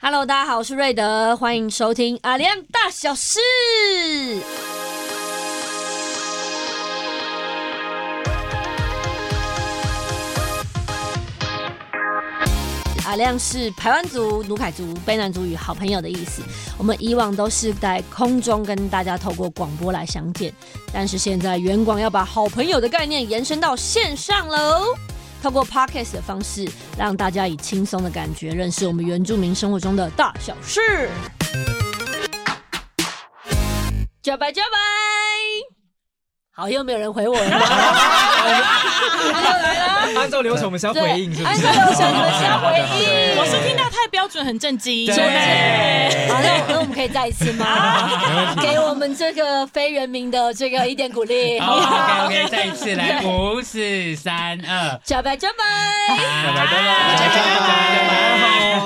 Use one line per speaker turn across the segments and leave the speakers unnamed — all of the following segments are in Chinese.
Hello，大家好，我是瑞德，欢迎收听阿亮大小事。阿啊亮是排湾族、努凯族、卑南族与好朋友的意思。我们以往都是在空中跟大家透过广播来相见，但是现在远广要把好朋友的概念延伸到线上喽。透过 podcast 的方式，让大家以轻松的感觉认识我们原住民生活中的大小事。加白加白，好，又没有人回我了。
按照流程，我们是要回应，是不
按
是？
照流程，你们是要回应。
我是听到太标准，很震惊。
对
好，那我那我们可以再一次
啊
吗？给我们这个非人民的这个一点鼓励。
好，OK OK，再一次 来，五四三二，
小白，小白，
拜
拜拜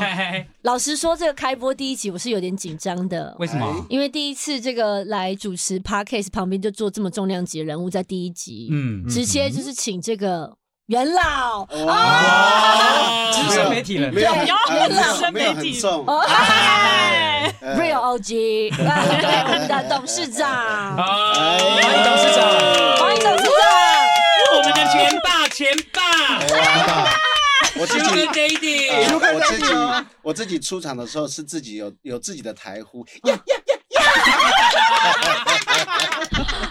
拜。
老实说，这个开播第一集我是有点紧张的，
为什么？
因为第一次这个来主持 podcast 旁边就坐这么重量级的人物，在第一集，
嗯，
直接就是请这个元老
资深媒体人
没有，
对
有
呃
资深
没有
媒
很
体
重。
哦
哎呃
real OG，对，哎我们的董事长，
哦，
欢
迎董事长
欢迎董事长，
我们的拳霸，拳霸
哎哦我自己
，Sugar。Daddy，
呃我自己，我自己出场的时候是自己有有自己的台呼，呀呀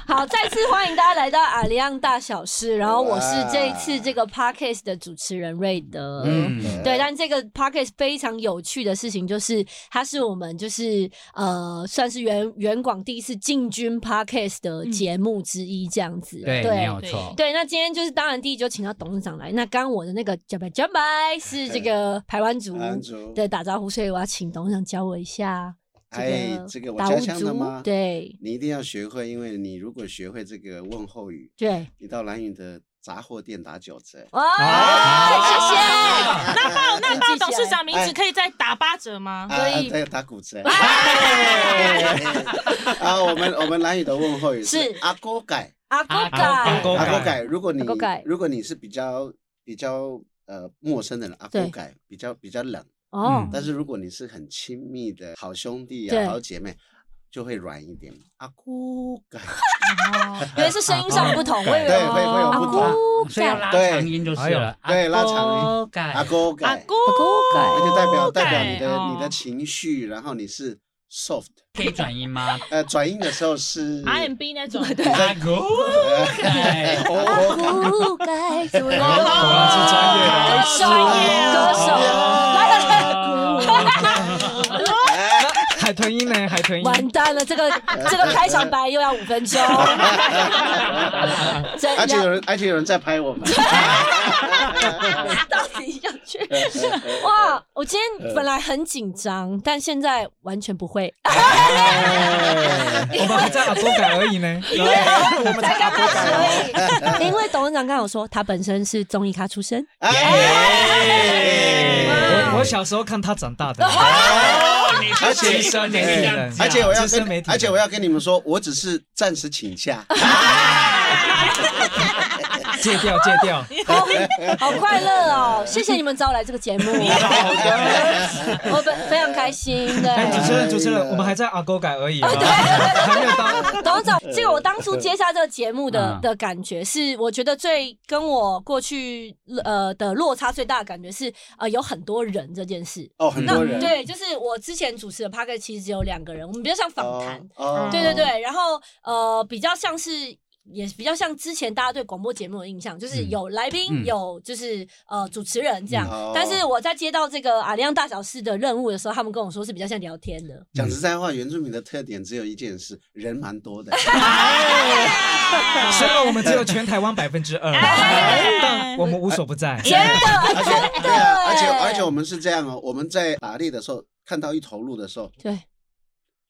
好，再次欢迎大家来到阿里昂大小事，然后我是这一次这个 podcast 的主持人瑞德，
嗯
对，但这个 podcast 非常有趣的事情就是，它是我们就是呃，算是原原广第一次进军 podcast 的节目之一，这样子。
嗯对，没有
对
错，
对那今天就是当然第一就请到董事长来。那刚刚我的那个 j a b a j a b a 是这个台湾族
排湾族
的打招呼，所以我要请董事长教我一下
哎，
这
这个
个
我
达
家
悟
乡的吗
族。？，对
你一定要学会，因为你如果学会这个问候语，
对，
你到兰屿的杂货店打九折。
哇，
好
谢谢。
那报那报董事长名字
哎
可以再打八折吗？
啊
所以哎
对，打骨折。 啊，我们我们兰屿的问候语
是
阿哥改，
阿哥
阿
改
公，
阿
改
哥改。如果你
阿哥改
如果你是比较比较呃陌生的人，阿哥
对
改比较比较冷。
哦，
但是如果你是很亲密的好兄弟
对
啊、好姐妹，就会软一点。阿姑感，哦
原来是声音上不同，我以为
对，会会有
阿
不
姑
同。
所以要
改，
拉长音就是了，
对拉长音
音，改
阿姑
阿
感
姑，，
阿姑改
那就代表代表
改
你的
哦
你的情绪，然后你是 soft，
可以转音吗？
呃，转音的时候 是
哎
RMB 那种，
阿狗改，
阿姑
阿姑改，啊怎么
果然是专业的
歌手，歌手，来来来，
海豚音呢？海豚音，
完蛋了，这个这个开场白又要五分钟，真
而且有
的，
人而且有人在拍我们，
到底要去？哇，我今天本来很紧张，但现在完全不会。
我们还在阿公改而已 呢。
我 们才刚开始 而已，因为董事长刚好说他本身是综艺咖出身，
哎
我我小时候看他长大的，
哦，你是学生，你是这样
哎而且我要
资深媒
跟
体
而且我要跟你们说，我只是暂时请假，
戒掉戒 掉。
好快乐哦！谢谢你们招来这个节目，我非非常开心。
哎， 主持
对，
人主持人，我们还在阿公改而已，还没有到。
董事长，这个我当初接下这个节目的
嗯
的感觉是，我觉得最跟我过去呃的落差最大的感觉是，呃，有很多人这件事。
哦，很
那
多人
对，就是我之前主持的 p a r k 其实只有两个人，我们比较像访谈，
哦，哦
对对，对，然后呃，比较像是。也比较像之前大家对广播节目的印象，就是
嗯
有来宾，
嗯
有就是呃主持人这样
嗯哦。
但是我在接到这个阿亮大小事的任务的时候，他们跟我说是比较像聊天 的。
讲实在话，原住民的特点只有一件事，人蛮多 的。
虽然我们只有全台湾百分之二，但我们无所不在。
而且对啊，而且而且我们是这样哦，我们在打猎的时候看到一头鹿的时候，
对，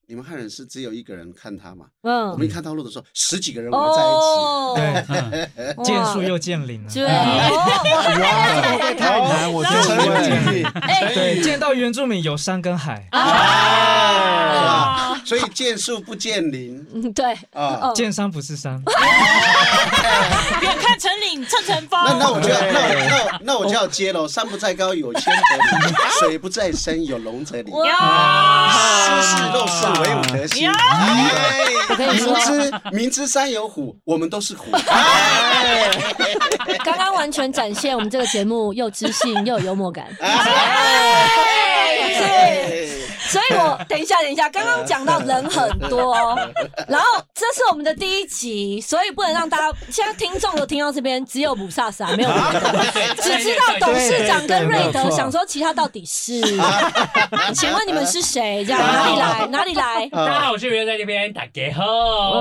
你们汉人是只有一个人看它嘛？我
嗯，哦
们一看到鹿的时候，十几个人围在一
对，
哇
见树又啊见林了。
对，
嗯
哦哎
起，太难，我觉得成语
对，见到原住民有山跟海，
哎，
啊
所以见树不见林
嗯，对，
哦
啊。
见山不是山，
远看成岭侧成峰。
那那我就要那我那我那我就要接喽。山不在高，有仙则 灵；水不在深，有龙则灵。啊
呀，
是肉是为伍德心。
呀
哎
我跟你说
明知明知山有虎，我们都是虎。哎
刚刚完全展现我们这个节目又知性又有幽 默感。
哎
所以我等一下，等一下，刚刚讲到人很多哦，然后这是我们的第一集，所以不能让大家现在听众都听到这边，只有不萨萨没有人，只知道董事长跟瑞德，想说其他到底是，请问你们是谁？这样哪里来？哪里
哎
来
嗯
大
啊
家好，我是袁在这边打给后，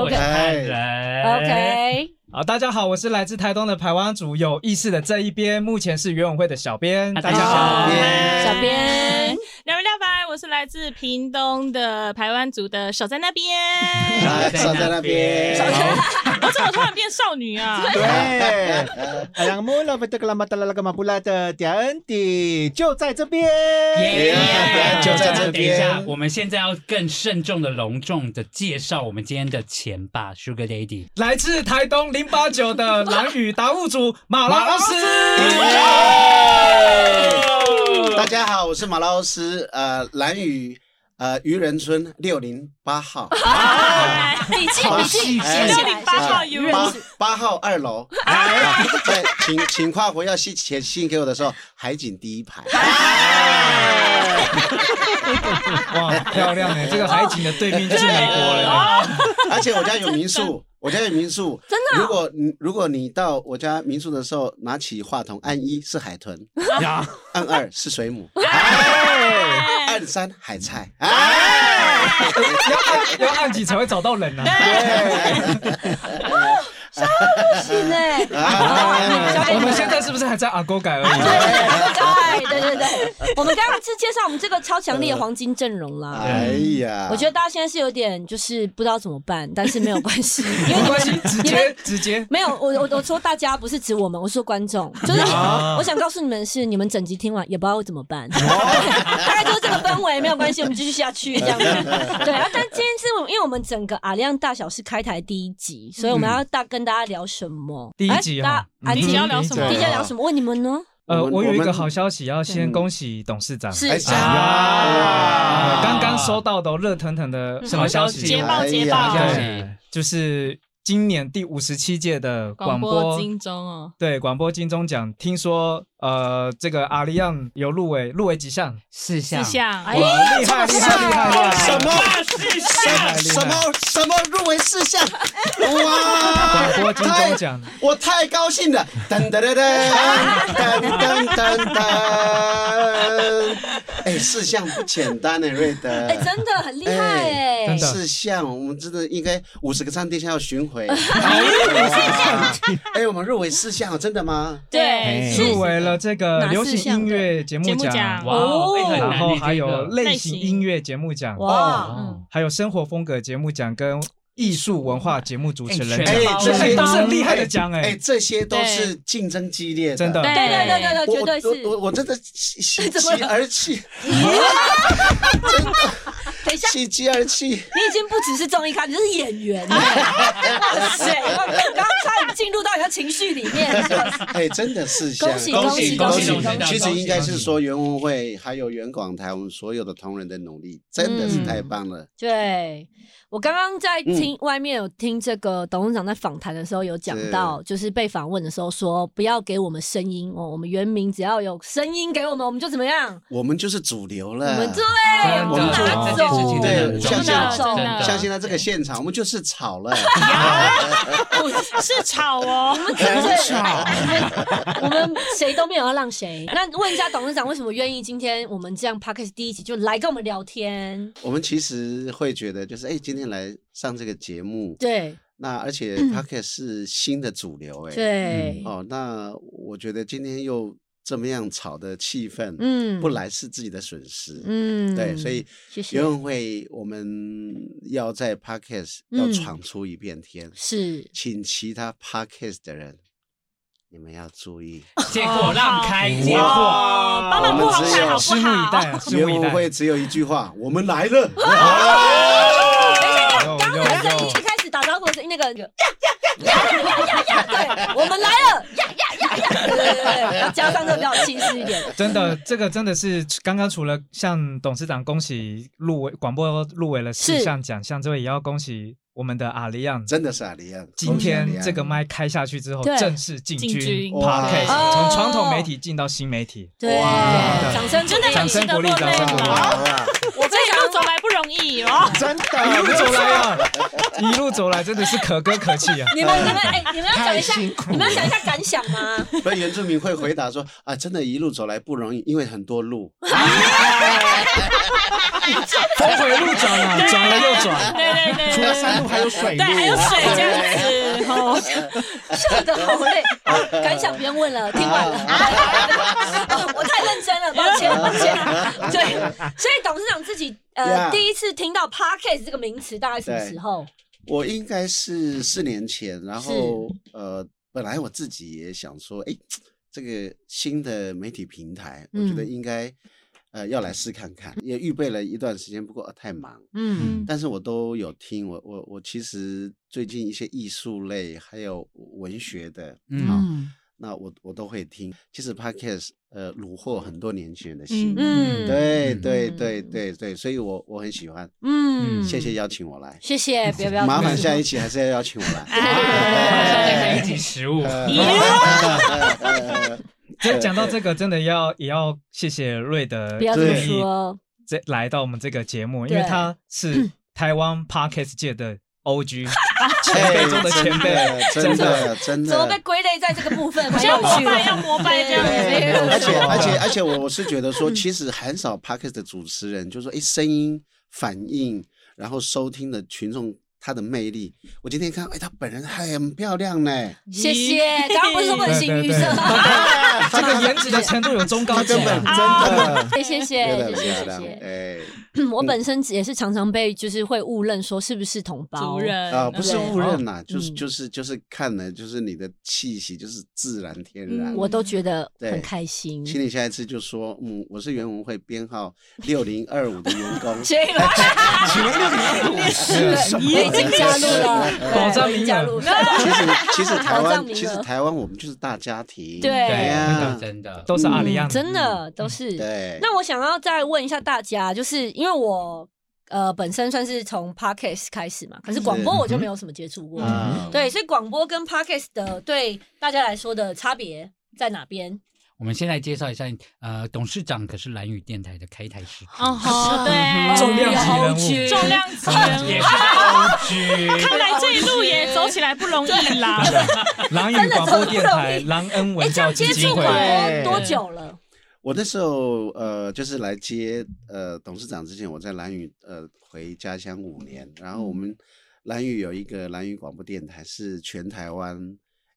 我是汉人。
？OK，
好，大家好，我是来自台东的台湾组有意识的这一边，目前是园委会的小编。
啊
大家好，
小
编
小编，
两位两百，我是来自屏东的排湾族的守在那边。
哎少在那边。
我怎么突然变少女啊？
对，阿莫拉贝德格拉马达拉拉格马布拉的迪恩迪就在这边。
耶
就在这边
等一下，我们现在要更慎重的、隆重的介绍我们今天的前 吧，Sugar Daddy。
来自台东零八九的蓝宇达悟组马老师。
大家好，我是马老师，呃，蓝屿呃渔人村六零八号，
笔记笔记
细
写
哎
起
六
来
零，八号
哎
游人
八八号二楼。啊在请请跨国要信写信给我的时候，海景第一排。
哇，漂亮哎！这个海景的对面就是美国
哦
了。
而且我家有民宿，我家有民宿，真的。如果你如果你到我家民宿的时候，拿起话筒，按一是海豚，按二是水母，按三海菜。哎，
要要按几才会找到人呢？啊
不行哎，
啊我们现在是不是还在阿沟改而
啊
已？
对对对对，我们刚刚是介绍我们这个超强力的黄金阵容啦。
哎呀，
啊
我觉得大家现在是有点就是不知道怎么办，但是没有关 系，因为
没
你
关
们
系，直接直接。
没有，我我我说大家不是指我们，我说观众， 就是我想告诉你们是，你们整集听完也不知道怎么 办，大概就是这个氛围，没有关系，我们继续下去这 样子。对啊，但今天是我因为我们整个阿亮大小是开台第一集，所以我们要大跟大家聊什么？
第一集
哎
哦嗯
大
哈
家，安
第一集
静
要。聊什么
啊
第一集要聊什么？问你们哦呢？
呃，
我们
我有一
我
个
们
好消息要先恭喜董事长。
是
哎
啊
呀，
刚刚收到的哦热腾腾的
什么消息
捷报
哎呀
捷报
哎呀
对，就是今年第五十七届的
广
广播
播金钟哦，
对广播金钟奖，听说呃这个阿里样有入围，入围几项？
四项
志向。
哇，厉害厉害厉害！厉害
什
四
么
害
项？
哎厉害
什么什么入围事项？哇！
广播金
太
钟奖，
我太高兴了！噔噔噔噔噔噔噔噔！哎，事项不简单呢，瑞德。
哎，真的很厉害哎，
真的
事项，我们真的应该五十个站地下要巡回。
哎
哇哎，我们入围四项，真的吗？
对，是
哎入围了这个流行音乐节目
节目奖
哇
奖，
哦，哎很
然
难
后
呢
还有嗯
这个
类型音乐节目奖，
哇，
哦
还有生活风格节目奖跟艺术文化节目主持人
哎
奖，这
这
些
些
都是很厉害的奖哎
哎，。这些都是竞争激烈的，
真的
对
对对对
哎
对对，绝
我
对
我
是。
我我真的喜喜极而 泣，
等一下，
喜极而泣。
你已经不只是综艺咖，你是演员耶。哇塞，我刚刚差点进入到你的情绪里面。
哎，真的是这
恭
样
喜
哎恭
喜
喜
恭
喜
恭
恭喜
其实应该是
恭
说，袁文会还有袁广台，我们所有的同仁的努力，真的是太棒了。
对我刚刚在听、外面有听这个董事长在访谈的时候有讲到，就是被访问的时候说不要给我们声音哦，我们原名只要有声音给我们，我们就怎么样？
我们就是主流
我
了。
们对，
真
我们
的
拿
这件事
走。
情真的
对
很重要真
像现
在
的
像现在这个现场，我们就是吵了。
是吵哦，
我们谁都没有要让谁。那问一下董事长，为什么愿意今天我们这样 p o d c a s t 第一集就来跟我们聊天？
我们其实会觉得，就是哎，今天来上这个节目，
对
那而且 Pocket 是新的主流，哎，
对，
哦，那我觉得今天又这么样吵的气氛，
嗯
不来是自己的损失。
嗯
对，所以
谢谢
游泳会我们要在 podcast
嗯
要闯出一片天，
是
请其他 podcast 的人，你们要注意，
结果哦让开，结果
哇，哦帮忙铺好台好
拭目
不
以
好？
待，啊，拭
游
目以
泳
待。
会只有一句话，我们来了。
有
男生
有
一开始打招呼是那个呀呀呀呀呀呀，对我们来了呀呀呀呀，对对对，要加上这个比较气势一点。
真的，这个真的是刚刚除了向董事长恭喜入围广播入围了四
是
项奖项之外，也要恭喜我们的阿里亚。
真的是啊阿里亚。
今天这个麦开下去之后，
对
正式进
进
军
军
podcast，
哇
从传统媒体进到新媒体。
对，
掌声鼓
真的
励
掌
很
声
值得
鼓励
落
掌
泪
声鼓励
了。
哇，
我这一路走来不容易 哦。
真
一路
的，
走来啊，一路走来真的是可歌可泣啊！
你们你们哎，你们要讲一下，
太辛
你们要讲一下感想吗？
所以原住民会回答说啊，真的，一路走来不容易，因为很多路。
峰回路转啊，转了又转。
对对对，
除了山路还有水路
对，，还有水这样子哦。
笑得好累，好感想不用问了，听完了。哦 我太认真了，抱歉抱歉。对，所以董事长自己呃
Yeah
第一次听到 podcast 这个名词大概什么
对
时候？
我应该是四年前，然后呃，本来我自己也想说，哎，这个新的媒体平台，我觉得
嗯
应该呃要来试看看，也预备了一段时间，不过、呃太忙，
嗯，
但是我都有听。我我我其实最近一些艺术类还有文学的，啊
嗯，
那我我都会听。其实 podcast 呃虏获很多年轻人的心，
嗯
对
嗯
对对对对，所以我我很喜欢。
嗯
谢谢邀请我来，
谢谢，不要不要，
麻烦下一期还是要邀请 我来。
哎
每
哎
一集食物，
这讲到这个，真的要也要谢谢瑞德，
不要这么
对
说，
这来到我们这个节目，因为
对
他是台湾 podcast 界的 OG 前辈中的前辈，
哎真的真
怎么被
的。
归类在这个部分？蛮
要
有
膜
趣
拜，要
的。
膜拜这样
哎
子。
而且而且而且，我我是觉得说，其实很少 podcast 的主持人，就说哎，声音反应，然后收听的群众他的魅力。我今天看，哎，她本人很漂亮呢，
谢谢，刚刚不是说问心预设吗？
这个颜值的程度有中高
她
级
根本
啊。
真的
谢谢谢
真的
谢
很
谢谢
漂亮，
谢。
哎。
我本身也是常常被就是会误认说是不是同胞
族，嗯人
啊，不是
对
误认呐，就是
嗯
就是就是看了，就是你的气息，就是自然天然。
我都觉得很
对
开心。
请你下一次就说，嗯，我是袁文慧编号六零二五的员工。
谢谢你们，
请问六零二五是什么？
我已经加入了，
保
对我
障名额
已经加入了。
其 实其实台
保障
湾
啊名额
其实台湾我们就是大家庭。哎
对
呀
对，真的，
都是阿里亚
嗯真的都是。
对。
那我想要再问一下大家，就是因为我呃本身算是从 podcast 开始嘛，可是广播我就没有什么接触过，
啊，
对，所以广播跟 podcast 的对大家来说的差别在哪边？
我们先来介绍一下，呃，董事长可是蓝宇电台的开台师，
哦吼，对，
重量级人物，
重量级
也
人
是
物。
OG，
看来这一路也走起来不容易 啦。
狼语广播电台，狼恩
哎、
文
这
教
样接
基金
触广
会，
播多久了？
我那时候呃，就是来接呃董事长之前，我在兰屿呃回家乡五年，然
嗯
后我们兰屿有一个兰屿广播电台，是全台湾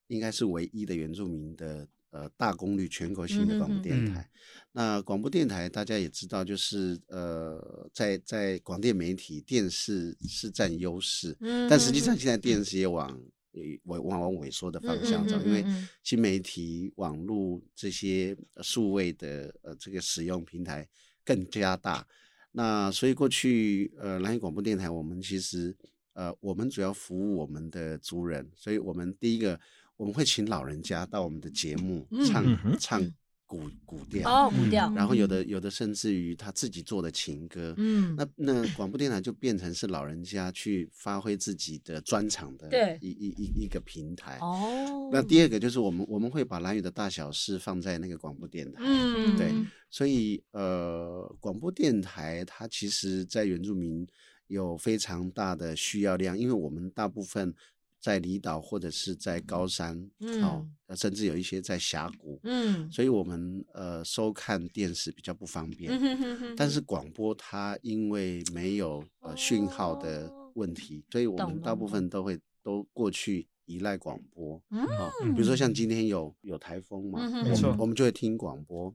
应该是唯一的原住民的呃大功率全国性的
嗯
广播电台。那广播电台大家也知道，就是呃在在广电媒体电视是占优势，
嗯
但实际上现在电视也往也往往往萎缩的方
嗯
向走，因为新媒体、网络这些呃数位的呃这个使用平台更加大。那所以过去呃蓝屿广播电台，我们其实呃我们主要服务我们的族人，所以我们第一个我们会请老人家到我们的节目唱、
嗯哼
唱古古调，嗯
哦，不掉。
然后有的有的甚至于他自己做的情歌，
嗯，
那那广播电台就变成是老人家去发挥自己的专长的
对
一一一一个平台。
哦，
那第二个就是我们我们会把蓝宇的大小事放在那个广播电台，
嗯
对，所以呃，广播电台它其实在原住民有非常大的需要量，因为我们大部分在离岛或者是在高山，哦，呃甚至有一些在峡谷，
嗯
所以我们呃收看电视比较不方
嗯
便，但是广播它因为没有呃讯号的问题，所以我
懂
们大
懂
部分都会都过去依赖广播。
嗯
哦，比如说像今天有有台风嘛，
嗯哼
我
没
们
错
我们就会听广播。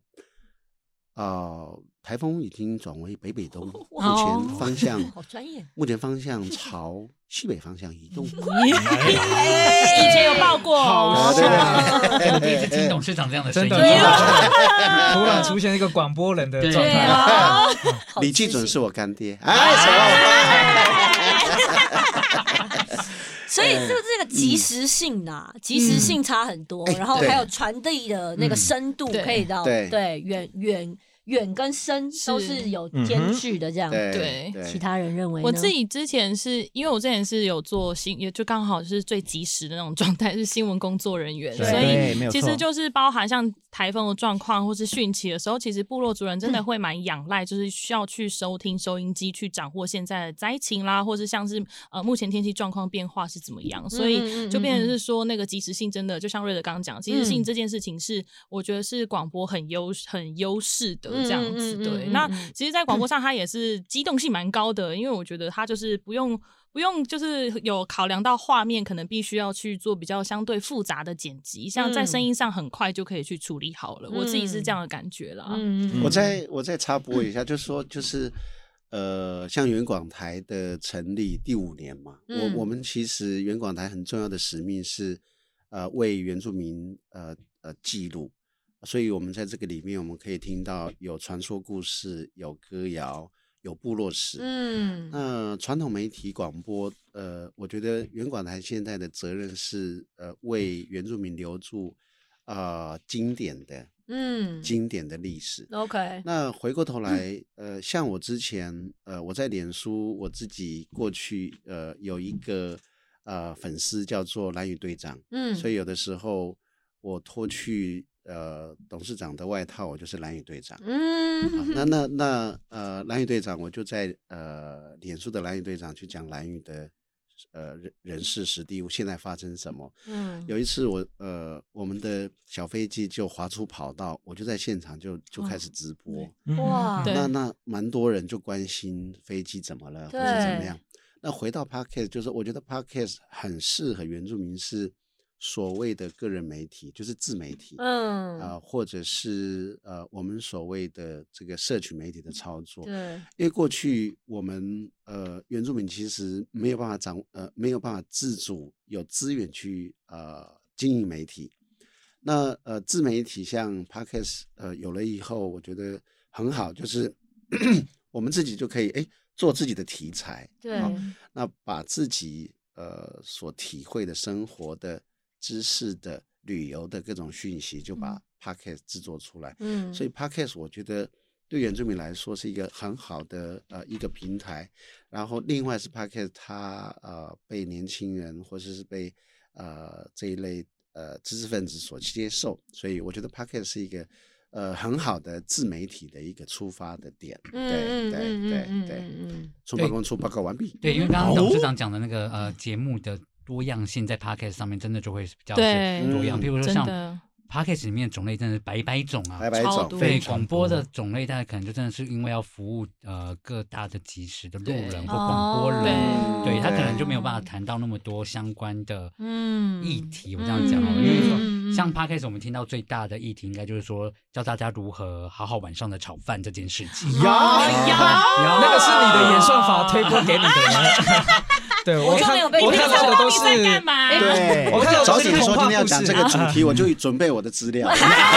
啊，台风已经转为北北东，目前
哦
方向
好专业。
目前方向朝西北方向移动。
以前有报过，哦
对
我第一次听董事长这样的声
真
音
的，，突然出现一个广播人的状
对
态。
啊，好
李
自
济准
信
哎是我干爹，哎，什么？
所以这这个及时性呐、及时性差很多，
嗯哎
然后
对嗯
还有传递的那个深度
对
可以到
对
对远远远跟深都是有间距的这样。
对
对
对，
其他人认为呢
我自己之前是因为我之前是有做新，也就刚好是最及时的那种状态，是新闻工作人员，
对
所以
没有
其
错
实就是包含像台风的状况或是汛期的时候，其实部落族人真
嗯
的会蛮仰赖，就是需要去收听收音机去掌握现在的灾情啦，或是像是呃目前天气状况变化是怎么样，所
嗯
以就变成是说那个及时性真的，就像瑞德刚刚讲，及时
嗯
性这件事情是我觉得是广播很优很优势的这样子。
嗯嗯嗯
对
嗯，
那
嗯
其实，在广播上它也是机动性蛮高的，因为我觉得它就是不用。不用，就是有考量到画面，可能必须要去做比较相对复杂的剪辑，像在
嗯
声音上很快就可以去处理好了。我自己是这样的感觉啦。
嗯
我再我再插播一下，就是说就是呃，像原广台的成立第五年嘛，
嗯
我我们其实原广台很重要的使命是呃为原住民呃呃记录，所以我们在这个里面我们可以听到有传说故事，有歌谣，有部落史，
嗯
那传统媒体广播，呃，我觉得原广台现在的责任是，呃，为原住民留住，啊、经典的
嗯
经典的历史。
，OK，
那回过
嗯
头来，呃，像我之前，呃，我在脸书我自己过去，呃，有一个呃粉丝叫做蓝宇队长，
嗯，
所以有的时候我脱去呃董事长的外套，我就是蓝宇队长。啊
嗯
那那那呃，蓝宇队长，我就在呃脸书的蓝宇队长去讲蓝宇的呃人人事实地物，现在发生什么？
嗯，
有一次我呃我们的小飞机就滑出跑道，我就在现场就就
哦
开始直播，
哇，
对
那那蛮多人就关心飞机怎么了，或是怎么
对
样。那回到 podcast，就是我觉得 podcast 很适合原住民是所谓的个人媒体，就是自媒体。
嗯，
啊、或者是呃，我们所谓的这个社群媒体的操作，
对，
因为过去我们呃原住民其实没有办法掌呃没有办法自主有资源去呃经营媒体，那呃自媒体像 Podcast 呃有了以后，我觉得很好，就是 我们自己就可以哎做自己的题材，
对，
那把自己呃所体会的生活的、知识的、旅游的各种讯息，就把 podcast 制作出来。
嗯，
所
以
以 podcast 我觉得对原住民来说是一个很好的呃一个平台。然后另外是 podcast 它呃被年轻人或者是被呃这一类呃知识分子所接受，所以我觉得 podcast 是一个。呃，很好的自媒体的一个出发的点，
嗯
对对对对，
嗯
出报告出报告完毕。
对，因为刚刚董事长讲的那个呃节目的多样性，在 podcast 上面真的就会比较是
对
多样，
嗯
譬如说
真
像
的
podcast 里面的种类真的是百百种啊，
拜拜
超
总，
多
对
非
广播的种类，大概可能就真的是因为要服务呃各大的即时的路人
对
或广播人，
哦
对他可能
对
就没有办法谈到那么多相关的
嗯
议题。我这样讲好了，
嗯
因为
嗯嗯
说像 podcast 我们听到最大的议题，应该就是说教大家如何好好晚上的炒饭这件事情。
呀
呀，
那个是你的演算法推播给你的。对，我
就
看
没有被
哎
我
你
看到的都是
在干嘛？
对
我看到
早
都是
点说
童
今
话
天要
故
讲
事
这个主题，我就准备我的资料。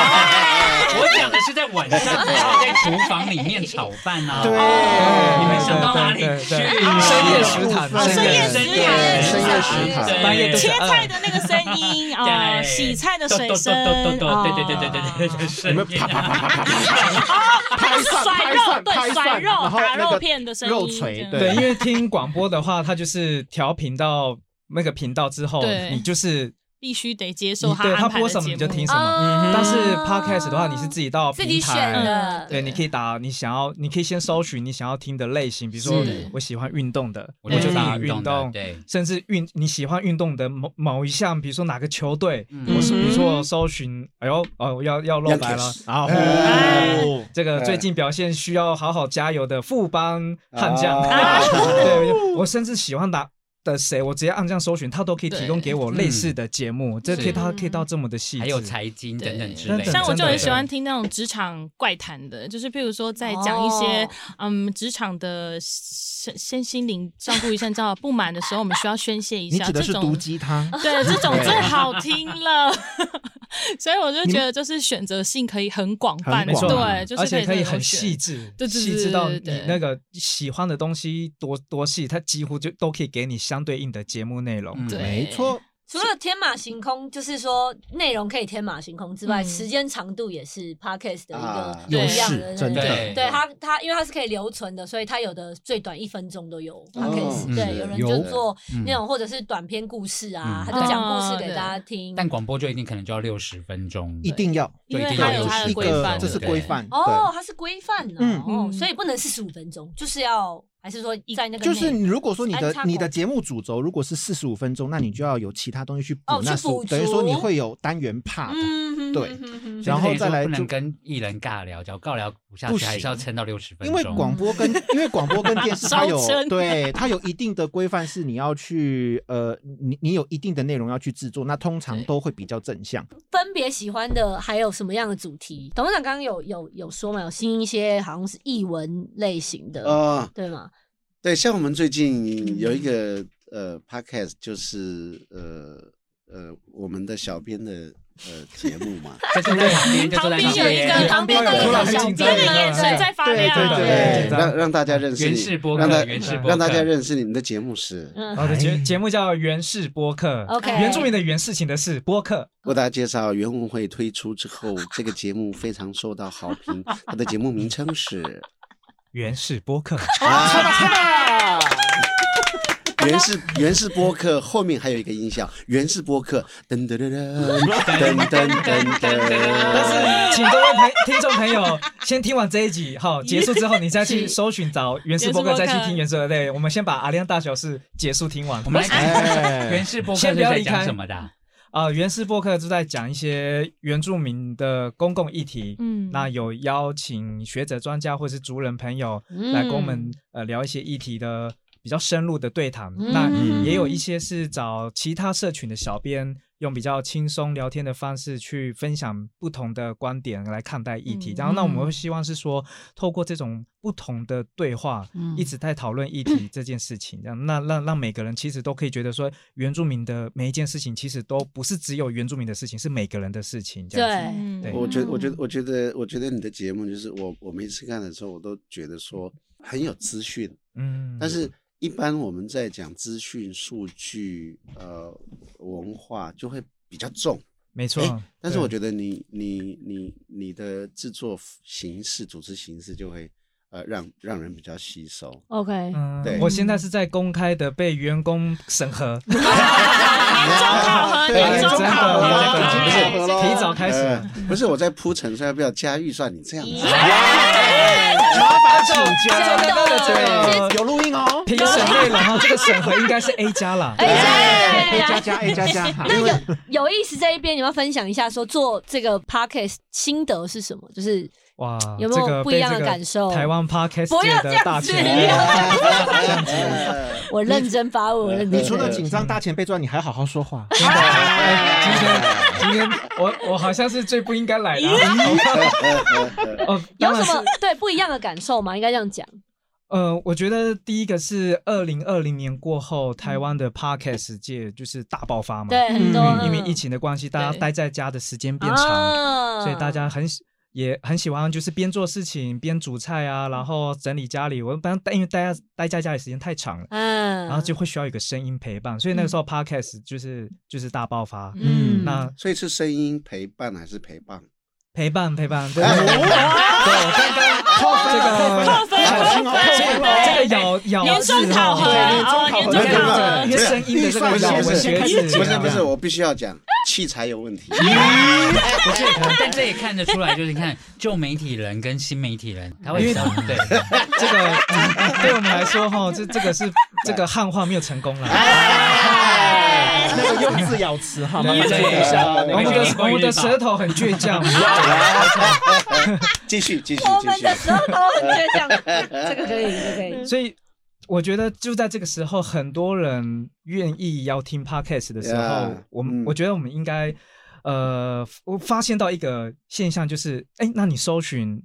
呃
我讲的是在晚上，在厨房里面炒饭啊。
对
你们想到哪里
对对
去？
对对深夜食堂
哦
深夜
深夜
深夜食堂
对
半夜都是
切菜的那个声音啊，
对
洗菜的水声
对对
啊，
对对对对对对对，
你们啪啪啪啪啪啪，拍散
甩
拍
肉
散
对
拍
甩
散，
肉
然后
打
那
肉
个
片的声音，
肉锤，
这样
对，因为听广播的话，它就是调频到那个频道之后，
对
你就是
必须得接受
你
他
对
安
它
排
播
的
什么
节
你就
目
听什么。
啊
但是 podcast 的话，你是自己到
自己
平
选
台。
嗯
的，
对，你可以打你想要，你可以先搜寻你想要听的类型，比如说
是
我喜欢运动的，
我
我就
就
打
打
运
运动的，对，
甚至运你喜欢运动的某某一项，比如说哪个球队，
嗯
我是比如说我搜寻，哎呦哦要要露白了
Yankees
啊
哎
哦，这个最近表现需要好好加油的富邦悍将，
啊
对我甚至喜欢打。的谁，我直接按这样搜寻，他都可以提供给我类
嗯
似的节目，这可以
是
他可以到这么的细致，
还有财经等等之类
对
的。
像我就很喜欢
对
听那种职场怪谈的，就是譬如说在讲一些、
哦
嗯职场的身身心灵照顾一下，你知道不满的时候，我们需要宣泄一
你
下。
指的
这
是
种
毒鸡汤，
对，这种最好听了。所以我就觉得，就是选择性可以很广泛，
很广
对，就是
而且可以
任何
很
选
细致，
对对对
细致到
对
你
对对
那个喜欢的东西多多细，它几乎就都可以给你相对应的节目内
嗯
容。
对
没错，
除了天马行空，就是说内容可以天马行空之外，
嗯
时间长度也是 podcast 的
啊
一个不一样
优
的
势真的
对
对
对它它因为它是可以留存的，所以它有的最短一分钟都有 podcast、
嗯
对，
是
有人
有
就做那种或者是短篇故事啊，
嗯
他就讲故
哦
事给
对
大家听。
但广播就一定可能就要六十分钟，
一定要，
因为
对
它
一定要
有它
这
的
是一
规
个
范，
这是
对
规范，
哦，它是规范
嗯
哦，哦
嗯
所以不能是十五分钟，就是要还是说在那
对，
个
就是
内
你如果说你
安
的
插口
你的节目主轴如果是四十五分钟，那你就要有其他东西去补
哦，
那
去补
15等于
足
说你会有单元 part，
嗯
对
哼哼哼哼
所以
然后
等于说
再来
不能
就
跟艺人尬聊，只要尬聊不下
不
去，
行
还是要撑到六十分
因
钟。
为广播跟因为广播跟电视它 有
烧身
对它有一定的规范，是你要去呃，你你有一定的内容要去制作，那通常都会比较正向。
分别喜欢的还有什么样的主题？董事长刚刚有有有说嘛，有新一些好像是译文类型的，
哦，
对吗？
对，像我们最
嗯
近有一个呃 podcast，就是呃呃我们的小编的呃节目 嘛，
就坐在旁边，就坐
旁
在
边有一
边
个，旁边的
突
一
然
个
很
小
紧张
编的
了
眼神在发
对
亮，
对对
对对
让让大家认识
原
你
始播
让大
客，原始播客，
让大家认识你们的节目是，
嗯
我的
哎
节节目叫《原氏播客》
OK
原住民的原事情的事播客，
为大家介绍袁文会推出之后，这个节目非常受到好评，它的节目名称 是
原氏播
哦
客。
原是原是播客，后面还有一个音效，原是播客，噔噔噔噔噔噔噔噔。
但是，请各位朋听众朋友先听完这一集，好，结束之后你再 去搜寻找原氏播客，
原始
再
播客
去听原氏。对，我们先把阿亮大小事结束听完。
我们来看
哎
原始播客
先
是
不要
在
离开
讲什么的啊？
啊，原氏播客就在讲一些原住民的公共议题。
嗯
那有邀请学者、专家或是族人朋友来跟我们、呃聊一些议题的比较深入的对谈。
嗯
那也有一些是找其他社群的小编，用比较轻松聊天的方式去分享不同的观点来看待议题。
嗯
然后，那我们会希望是说，透过这种不同的对话，
嗯
一直在讨论议题这件事情，这样那让让每个人其实都可以觉得说，原住民的每一件事情其实都不是只有原住民的事情，是每个人的事情。这样子。
对，
对
我觉得，我
嗯
觉得，我觉得，我觉得你的节目就是我，我每次看的时候，我都觉得说很有资讯，
嗯，
但是一般我们在讲资讯、数据、呃，文化就会比较重。
没错
诶。但是
对
我觉得你你你你的制作形式、组织形式就会呃让让人比较吸收。
，OK，
嗯
对
我现在是在公开的被员工审核，
年终啊考 核，
对
年终
真的
考核，
真的
哎
真
这
的
个
提早开始
呃不是我在铺陈说要不要加预算，你这 样子。
哎
麻烦请
加
加刚刚的这个
有录音哦
评审内容，然后这个审核应该是 A 加啦。
哎
，A 加加 A 加加， 哈哎因为
有意思这一边，你们要分享一下，说做这个 podcast 心得是什么？就是
哇，
有没有
这个
不一样的
被这个
感受
台湾 podcast
不要这
界的
样
大
子
前
哎
辈，
哎
我认真发问，我认真
你除了紧张大前辈之外，你还好好说话。
真的哎今天今天我我好像是最不应该来的啊。哦，当
有什
然是
么对不一样的感受吗？应该这样讲。
呃，我觉得第一个是二零二零年过后，台湾的 podcast 界就是大爆发嘛。
对，很多嗯
因为疫情的关系，大家
对
待在家的时间变长，
长
所以大
嗯
家很喜也很喜欢，就是边做事情边煮菜啊，然后整理家里。我反正因为待在待在家里时间太长了，
嗯，
然后就会需要一个声音陪伴，所以那个时候 podcast 就是就是大爆发。
嗯
那
所以是声音陪伴还是陪伴？
陪伴陪伴，
哎
对，对我刚 刚扣分这个这个咬咬
年
字
终考核，
哈对
哦，年终考核
因为声音的这个咬嗯文嚼字，
不是不是，我必须要讲器材有问题。
不是，
哎
但这也看得出来，就是你看旧媒体人跟新媒体人，他
因
会
为
想 对，
这个嗯对我们来说哈，这这个是这个汉化没有成功 了。
哎那个
哎
用字咬词哈， 慢慢
对
再
对
说
对
我们的我们的舌头很倔 强，
啊哎继续继续
我
继
们
续
的。舌头很倔强， 这个可以，这个可以。
所以我觉得就在这个时候，很多人愿意要听 podcast 的时候
Yeah，，
我们
嗯
我觉得我们应该呃，我发现到一个现象，就是哎，那你搜寻。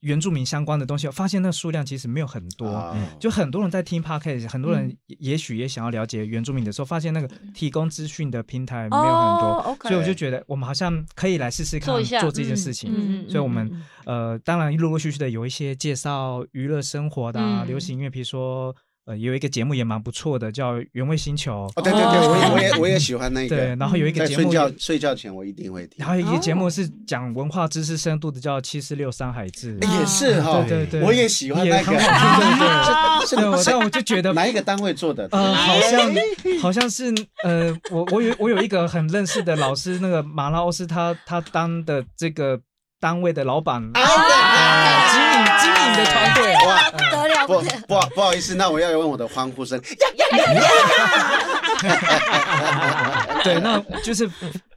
原住民相关的东西，我发现那数量其实没有很多。
啊
就很多人在听 podcast，很多
嗯
人也也许也想要了解原住民的时候，发现那个提供资讯的平台嗯没有很多，
哦，OK
所以我就觉得我们好像可以来试试看
做一下
这件事情。
嗯嗯嗯
所以我们
嗯
呃，当然陆陆续续的有一些介绍娱乐生活的、啊
嗯
流行音乐，比如说呃，有一个节目也蛮不错的，叫《原味星球》
哦，对对对，我也我也我也喜欢那
对，
个。
然后有一个
在
节
睡
目
觉
也。
睡觉前我一定会听
然，后有一个节目
嗯哦
是讲文化知识深度的，叫《七四六山海志》。
哎也是哈，
对对对
我也喜欢
也
那
很
个。
好听对对 对
是
对，我但我就觉得
哪一个单位做的？
呃，好像好像是呃，我我有我有一个很认识的老师，那个马拉欧斯他，他当的这个单位的老板，啊，经营经营的团队，
哇，
不得了，
不
不得
不好不好意思，那我要用我的欢呼声。
对，那就是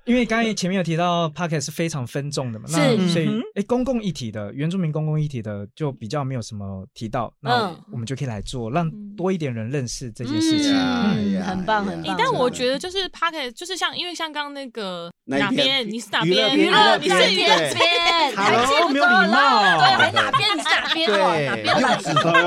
因为刚才前面有提到 p o c k e t 是非常分众的嘛，那
是
所以
嗯哼
哎，公共议题的原住民公共议题的就比较没有什么提到，那
嗯
我们就可以来做，让多一点人认识这件事情。
嗯
哎呀呀
很棒很棒
呀
诶哎但我觉得就是 p a c k e t 就是像，因为像刚刚那个
哪一
哪
边
边，你是哪
娱乐
边？
边
乐，
娱乐
你是娱
边
乐
对
边，
好
还记不
没
住
有礼
了，
貌
对，还哪边你是哪边哦，哪
对，
边
要指的哟。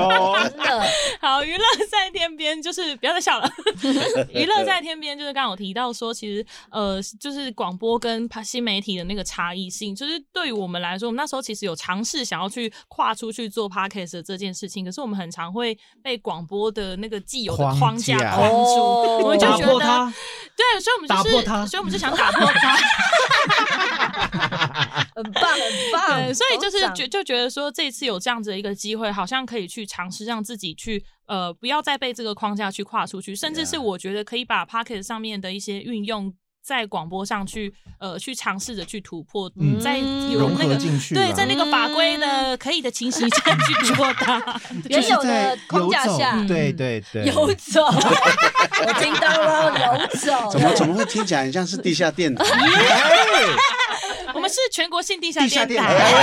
真的，
好，娱乐在天边就是不要再笑了。 娱乐在天边就是刚刚有提到说，其实呃，就是广播跟新媒体的那个差异性，就是对于我们来说，我们那时候其实有尝试想要去跨出去做 podcast 的这件事情，可是我们很常会被广播的那个既有的框架
框架
框住，
哦
我们就
打
觉
破
得
它，
对，所以我们
打
就
破
是，
它
所以我们就想打破它。
很棒很
对，
棒，
所以就是
鼓掌
觉就觉得说，这一次有这样子的一个机会，好像可以去尝试让自己去呃，不要再被这个框架去跨出去，甚至是
Yeah
我觉得可以把 Pocket 上面的一些运用。在广播上去，呃，去尝试着去突破，
嗯
在有
融
那
合
个
进去了，啊
对，在那个法规的可以的情形下去突破 它。
就
原
是
有
在
的框架
游走
下
对
嗯
对对，
游走， 我听到了，游走，
怎么怎么会听起来很像是地下电台？
我们是全国性地下
地下
电
电
哎
台，
台，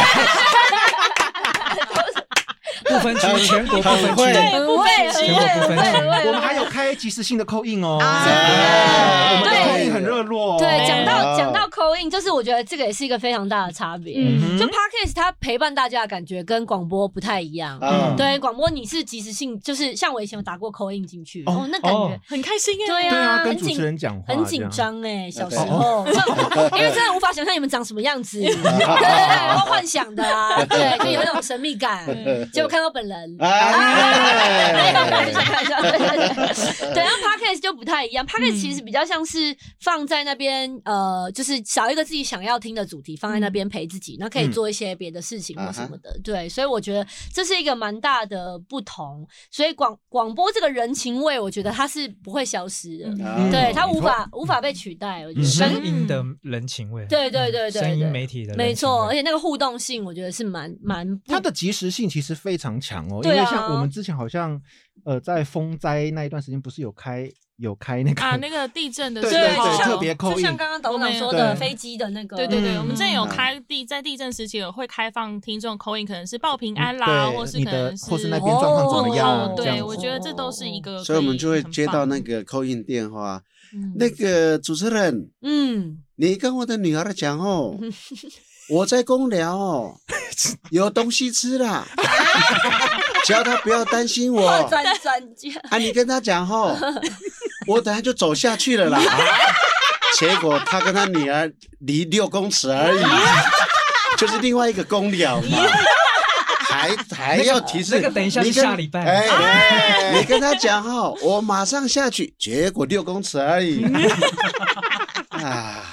不分区，全国不分
很会
区。
对，
很
不
会
分
哎很
区
全国
会
不
很会
分区
很会，
我们还有开即时性的扣印哦，
哎
我们的
啊对
扣印很热络，
对，讲到
哦
讲到口音，就是我觉得这个也是一个非常大的差别。
嗯
就 podcast 它陪伴大家的感觉跟广播不太一
嗯
样。
啊
对，广播你是即时性，就是像我以前有打过口音进去，
哦
哦，那感觉
哦
很开心耶。
对
对啊，
很
跟主
紧
持人讲话
很紧
这样，
张哎，小时候， 就因为真的无法想象你们长什么样子，对，我幻想的啊，对，就有一种神秘感，结果看到本人。
啊 哎，
对，然后 podcast 就不太一样，podcast
嗯
其实比较像是放在那边，呃，就是找一个自己想要听的主题放在那边陪自
嗯
己，那可以做一些别的事情或什么的。对，所以我觉得这是一个蛮大的不同。所以广广播这个人情味，我觉得它是不会消失的，
嗯
对，它
没
无
错嗯
法无法被取代。我觉得反
声
正
音的人情味，嗯
对对对对
声音
对
媒体的人情味，
没错，而且那个互动性，我觉得是蛮蛮不
它的及时性其实非常强哦，因
对啊
为像我们之前好像呃在风灾那一段时间，不是有开有开那个
啊，那个地震的时
对
候，
对
对
对
像
特别扣
就
印
像，刚刚董事长说的
对
飞机的那个，
对对对，我们之前有
嗯
开地在地震时期有会开放听众口音，可能是报 平安啦，
嗯对，
或是
你
可能
的
是
或是那边状况怎么
哦
样，这样
对，
子
我觉得这都是一个，
所以我们就会接到那个扣印电话，
嗯
那个主持人，
嗯，
你跟我的女儿讲哦，我在公聊哦，有东西吃啦，只要她不要担心我
二转转机，
啊，你跟她讲哦，我等下就走下去了啦。 结果他跟他女儿离六公尺而已，就是另外一个公了嘛。还还要提示
那个等一下
你
是
跟
下礼拜
哎，你跟他讲哈，我马上下去，结果六公尺而已。啊，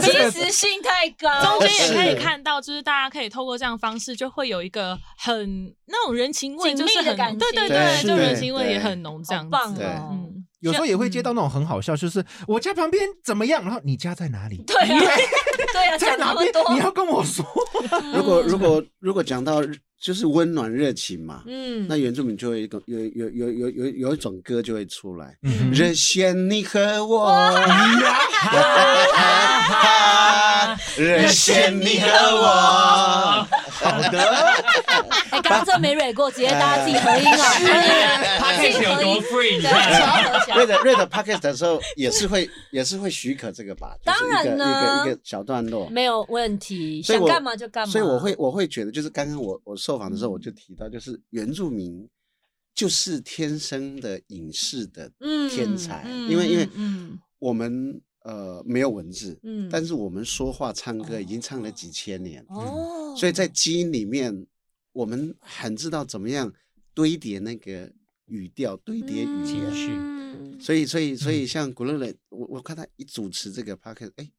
及
呃
时性太高
中，间也可以
是
看到，就是大家可以透过这样的方式，就会有一个很那种人情味，
紧
就
密
是
的
很
感
对
情
对
对
就人
对
情味也
对
很浓，这
好
样子
棒
对
哦！
嗯，
有时候也会接到那种很好笑，就是我家旁边怎么样，然后你家在 哪里，
对啊，对啊，
在
讲
哪
那
边
么多，，嗯
你要跟 我说，
如果如果如果讲到就是温暖热情嘛，
嗯
那，原住民就会有一个有有有有有有一种歌就会出来，
嗯
热线你和我，热线你和我，
好的，
哎，刚刚这没蕊过，直接大家自己合音啊，
呃
他可以有多 free，你
对，
看。
小合小
瑞。的瑞的 podcast 的时候也是会也是会许可这个吧，就是一个
当然呢
一个一个小段落，
没有问题，
所以
想
我
干嘛就干嘛。
所以我会我会觉得，就是刚刚我我受访的时候我就提到，就是原住民就是天生的影视的
嗯
天才，
嗯
因为因为
嗯
我们呃没有文字，
嗯
但是我们说话唱歌已经唱了几千年，
哦，
所以在基因里面，我们很知道怎么样堆叠那个语调，堆叠语言。
情绪
嗯
所以，所以，所以，像古乐乐，我我看他一主持这个 p o c a s t 哎，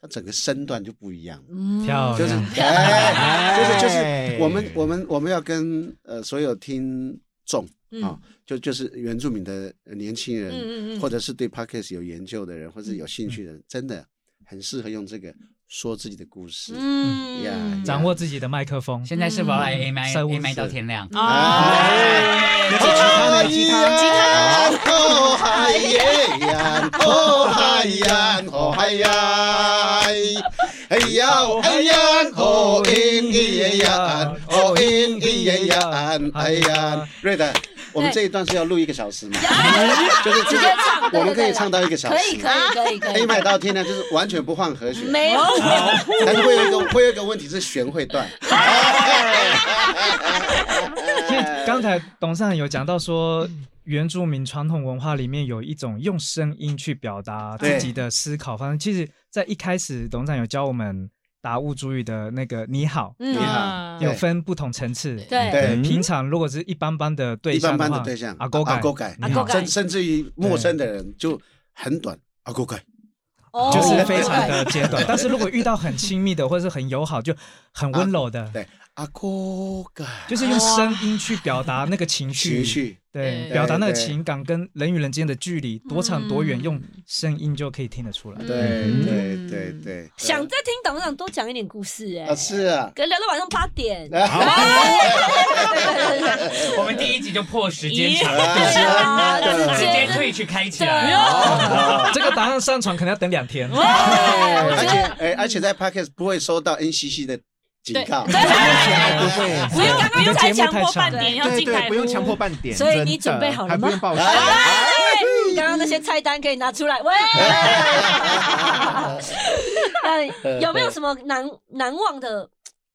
他整个身段就不一样了。
嗯
跳
就是
呀
哎，就是就是
哎
我们我们我们要跟呃所有听众
嗯
啊，就就是原住民的呃年轻
嗯嗯
人，
嗯
或者是对 podcast 有研究的人，或是有兴趣的人，真的很适合用这个说自己的故事。
嗯
哦呀
掌握自己的麦克风。
现在是否来 A 麦
塞
A
翁
麦
失
到天亮？
哦
哎，吉他呢？吉他，吉他，哦嗨耶呀，哦嗨呀，哦嗨呀，哎呀，哎呀，哦咿咿呀，哦咿咿呀，哎呀，瑞德，我们这一段是要录一个小时嘛？就是
直接唱，对对对
我们可以唱到一个小时
可以可以可以可
黑
以，
麦哎到哦天亮，就是完全不换和弦，
没有
但是会有一个会有一个问题是弦会断。
因为刚才董事长有讲到说，原住民传统文化里面有一种用声音去表达自己的思考方式。其实，在一开始，董事长有教我们达悟主语的那个“你好
嗯
你好”，对
有分不同层次。
对
对
平常如果只是一般般的对
嗯一
象
般
的话，
般的对象，
阿狗
阿
改，
狗改，
你好
阿狗改
甚甚至于陌生的人就很短，阿狗改，
哦
就是非常的简
哦
短。但是如果遇到很亲密的或者是很友好，就很温柔的，
对，阿狗改，
就是用声音去表达那个情绪。
情绪，
对，
对
表达那个
对
情感跟人与人之间的距
嗯
离多长多远，用声音就可以听得出来。
对
嗯
对对对，
想再听董事长多讲一点故事哎
啊，是啊，
可能聊到晚上八点，
我们第一集就破时间
咦
长，
是啊
直接
对
退去开起来。
嗯
这个答案上传可能要等两 天。
而且哎，而且在 Podcast 不会收到 NCC 的警告，
不用刚
你的
刚才
节目
讲
太
过
长
半
了
年，
要
对
进
对，
台
不用强迫半点，
哦所以你
真的
准备好了
还不
吗啊
用报喜。
喂哎刚刚那些菜单可以拿出来，喂，那哎有没有什么难难忘的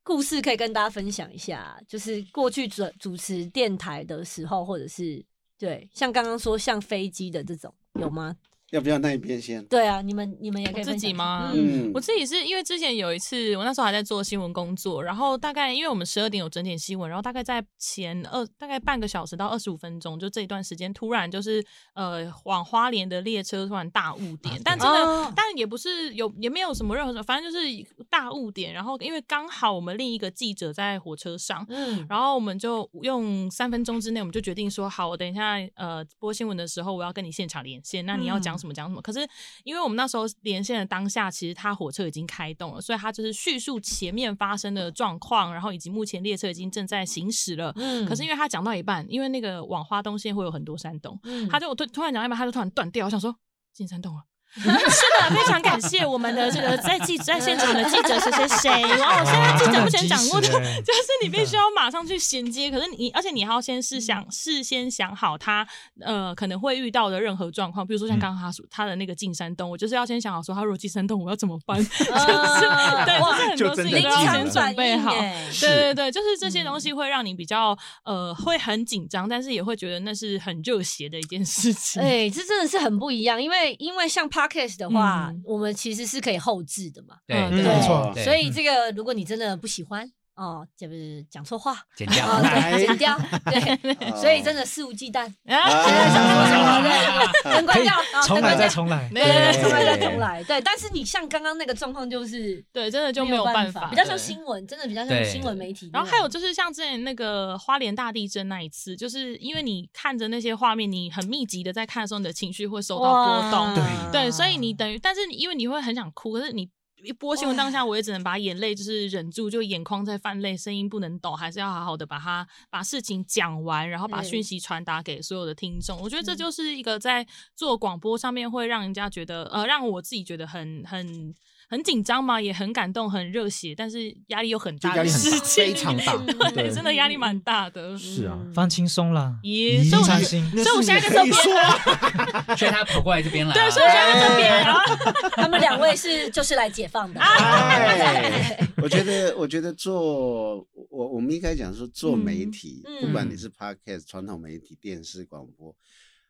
故事可以跟大家分享一下？就是过去主主持电台的时候，或者是对像刚刚说像飞机的这种有吗？
要不要那一边先？
对啊，你们你们也可以
自
分享
己吗
嗯
嗯
我自己是因为之前有一次，我那时候还在做新闻工作，然后大概因为我们十二点有整点新闻，然后大概在前二大概半个小时到二十五分钟，就这一段时间，突然就是呃往花莲的列车突然大误点，但真的、
哦
但也不是有也没有什么任何，反正就是大误点。然后因为刚好我们另一个记者在火车上，
嗯，
然后我们就用三分钟之内，我们就决定说，好，我等一下呃播新闻的时候，我要跟你现场连线，那你要讲
嗯
什么讲什么。可是因为我们那时候连线的当下，其实他火车已经开动了，所以他就是叙述前面发生的状况，然后以及目前列车已经正在行驶了。
嗯
可是因为他讲到一半，因为那个往花东线会有很多山洞，
嗯
他就突突然讲到一半，他就突然断掉，我想说进山 洞了。是的，非常感谢我们的这个在记在现场的记者谁谁谁。 哇，现在记者目前掌握的
真的很 及时欸
就是你必须要马上去衔接，可是你而且你还要先是想事先想好他呃可能会遇到的任何状况，比如说像刚刚他说他的那个进山洞，我就是要先想好说他如果进山洞我要怎么办，就是对，就是 很多
就真
事
嗯
情
的
临
都要
记者
场
先准
反
备
应
好。
哎，
对对对，就是这些东西会让你比较呃会很紧张，但是也会觉得那是很热血的一件事情。
哎、这真的是很不一样，因为因为像 podcast 的话，
嗯
我们其实是可以后置的嘛，
对，
嗯没
哦
错
对
所以这个如果你真的不喜欢哦，就是讲错话
剪掉。
哦， 对，剪掉，对，
哦
所以真的肆无忌惮，现在想说什么对，灯关掉，啊
重
灯关
来再
掉。
重来，
对对
重来再重来，对。但是你像刚刚那个状况，就是
对，真的就
没
没有
办
办法，
比较像
对
新闻，真的比较像
对
新闻媒体那
然
种。
后还有就是像之前那个花莲大地震那一次，就是因为你看着那些画面，你很密集的在看的时候，你的情绪会受到波
哇啊
动，对，所以你等于，但是你因为你会很想哭，可是你。一播新闻当下，我也只能把眼泪就是忍住，就眼眶在泛泪，声音不能抖，还是要好好的把它把事情讲完，然后把
嗯
讯息传达给所有的听众。我觉得这就是一个在做广播上面会让人家觉得，呃，让我自己觉得很很很紧张嘛，也很感动，很热血，但是压力又很
就
大的
压力
事
很大，
情，
非常大，
对，真的压力
嗯
蛮大的。
是啊。
放轻松啦，
耶，所以我
放
就
心。
所以我现在就
跟你说，啊
所以他跑过来这边啊来、
对，所以我现在在这边，然后
他们两位是就是来解放的，
哎，我觉 得，我觉得做我我们应该讲说做媒体，
嗯
不管你是 podcast 传统媒体、电视、广播，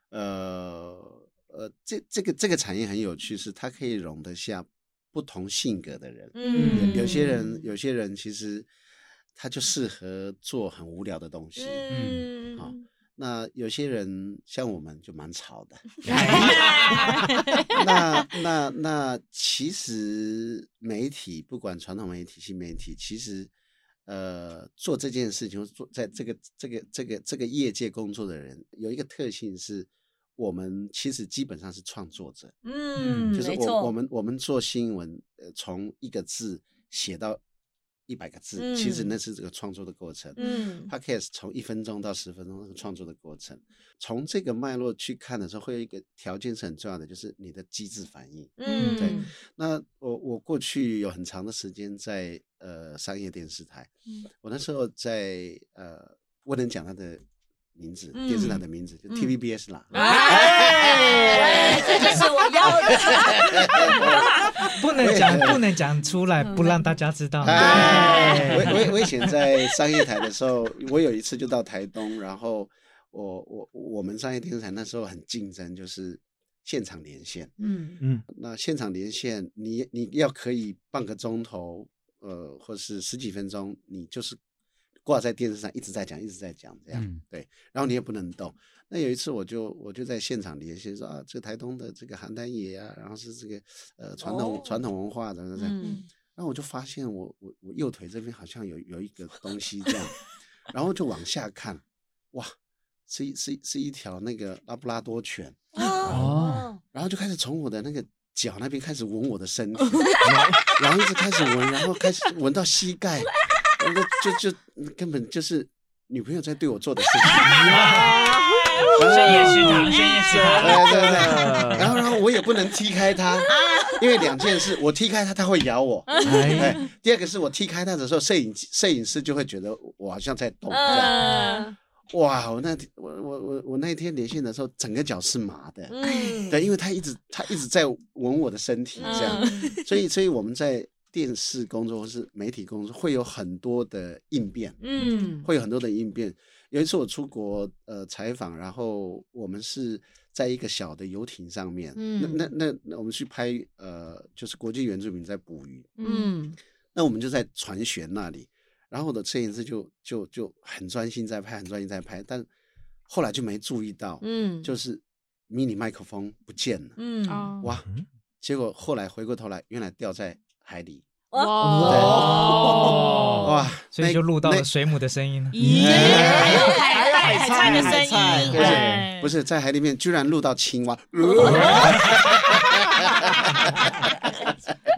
呃呃，这这个这个产业很有趣，是它可以容得下不同性格的人。
嗯
有些人，有些人其实他就适合做很无聊的东西。
嗯
好那有些人像我们就蛮吵的，那那那其实媒体不管传统媒体、新媒体，其实呃做这件事情，做在这个这个这个这个业界工作的人，有一个特性是，我们其实基本上是创作者，
嗯，
就是
没
我我
错，
们我们做新闻，呃，从一个字写到一百个字，其实
嗯
那是这个创作的过程。
嗯
Podcast 从一分钟到十分钟那个创作的过程，从这个脉络去看的时候，会有一个条件是很重要的，就是你的机制反应。对
嗯，
那我我过去有很长的时间在呃商业电视台，我那时候在呃不能讲它的名字，电视台的名字就 TVBS 啦。
哦哎，这就是我要的，
不能 讲，不能讲出来，
嗯
不让大家知道。
哎，我我我以前在商业台的时候，我有一次就到台东，然后我我我们商业电视台那时候很竞争，就是现场连线。
嗯
嗯，
那现场连线，你你要可以半个钟头，呃，或是十几分钟，你就是挂在电视上一直在讲，一直在讲这样，
嗯
对。然后你也不能动。那有一次我就我就在现场连线说啊，这个台东的这个邯郸野啊，然后是这个呃传统、
哦
传统文化怎么怎么样。
嗯
然后我就发现我我我右腿这边好像有有一个东西这样，然后就往下看，哇，是一是一是一条那个拉布拉多犬。
哦，
然后就开始从我的那个脚那边开始闻我的身 体，然后然后一直开始闻，然后开始闻到膝盖，然后就就就根本就是女朋友在对我做的事 情。
深夜食堂，深夜食堂，
对对对，然后然后我也不能踢开它，因为两件事，我踢开它它会咬我，
哎，
哎，第二个是我踢开它的时候，摄影摄影师就会觉得我好像在动，这样
呃
嗯
哇，我那天我我我我那天连线的时候，整个脚是麻的，
嗯，
对，因为他一直他一直在闻我的身体这样，所以所以我们在电视工作或是媒体工作会有很多的应变，
嗯
会有很多的应变。有一次我出国呃采访，然后我们是在一个小的游艇上面，那那那那我们去拍呃就是国际原住民在捕鱼，
嗯
那我们就在船舷那里，然后我的摄影师就就就很专心在拍，很专心在拍，但后来就没注意到，
嗯
就是 mini 麦克风不见了。
嗯，
哦
哇！结果后来回过头来，原来掉在海里，
哦，
哇！
所以就录到
那
了水母的声音了。
咦，还有海海海菜的声
海菜
音，
对
哎
不是在海里面，居然录到青蛙，
呃
哦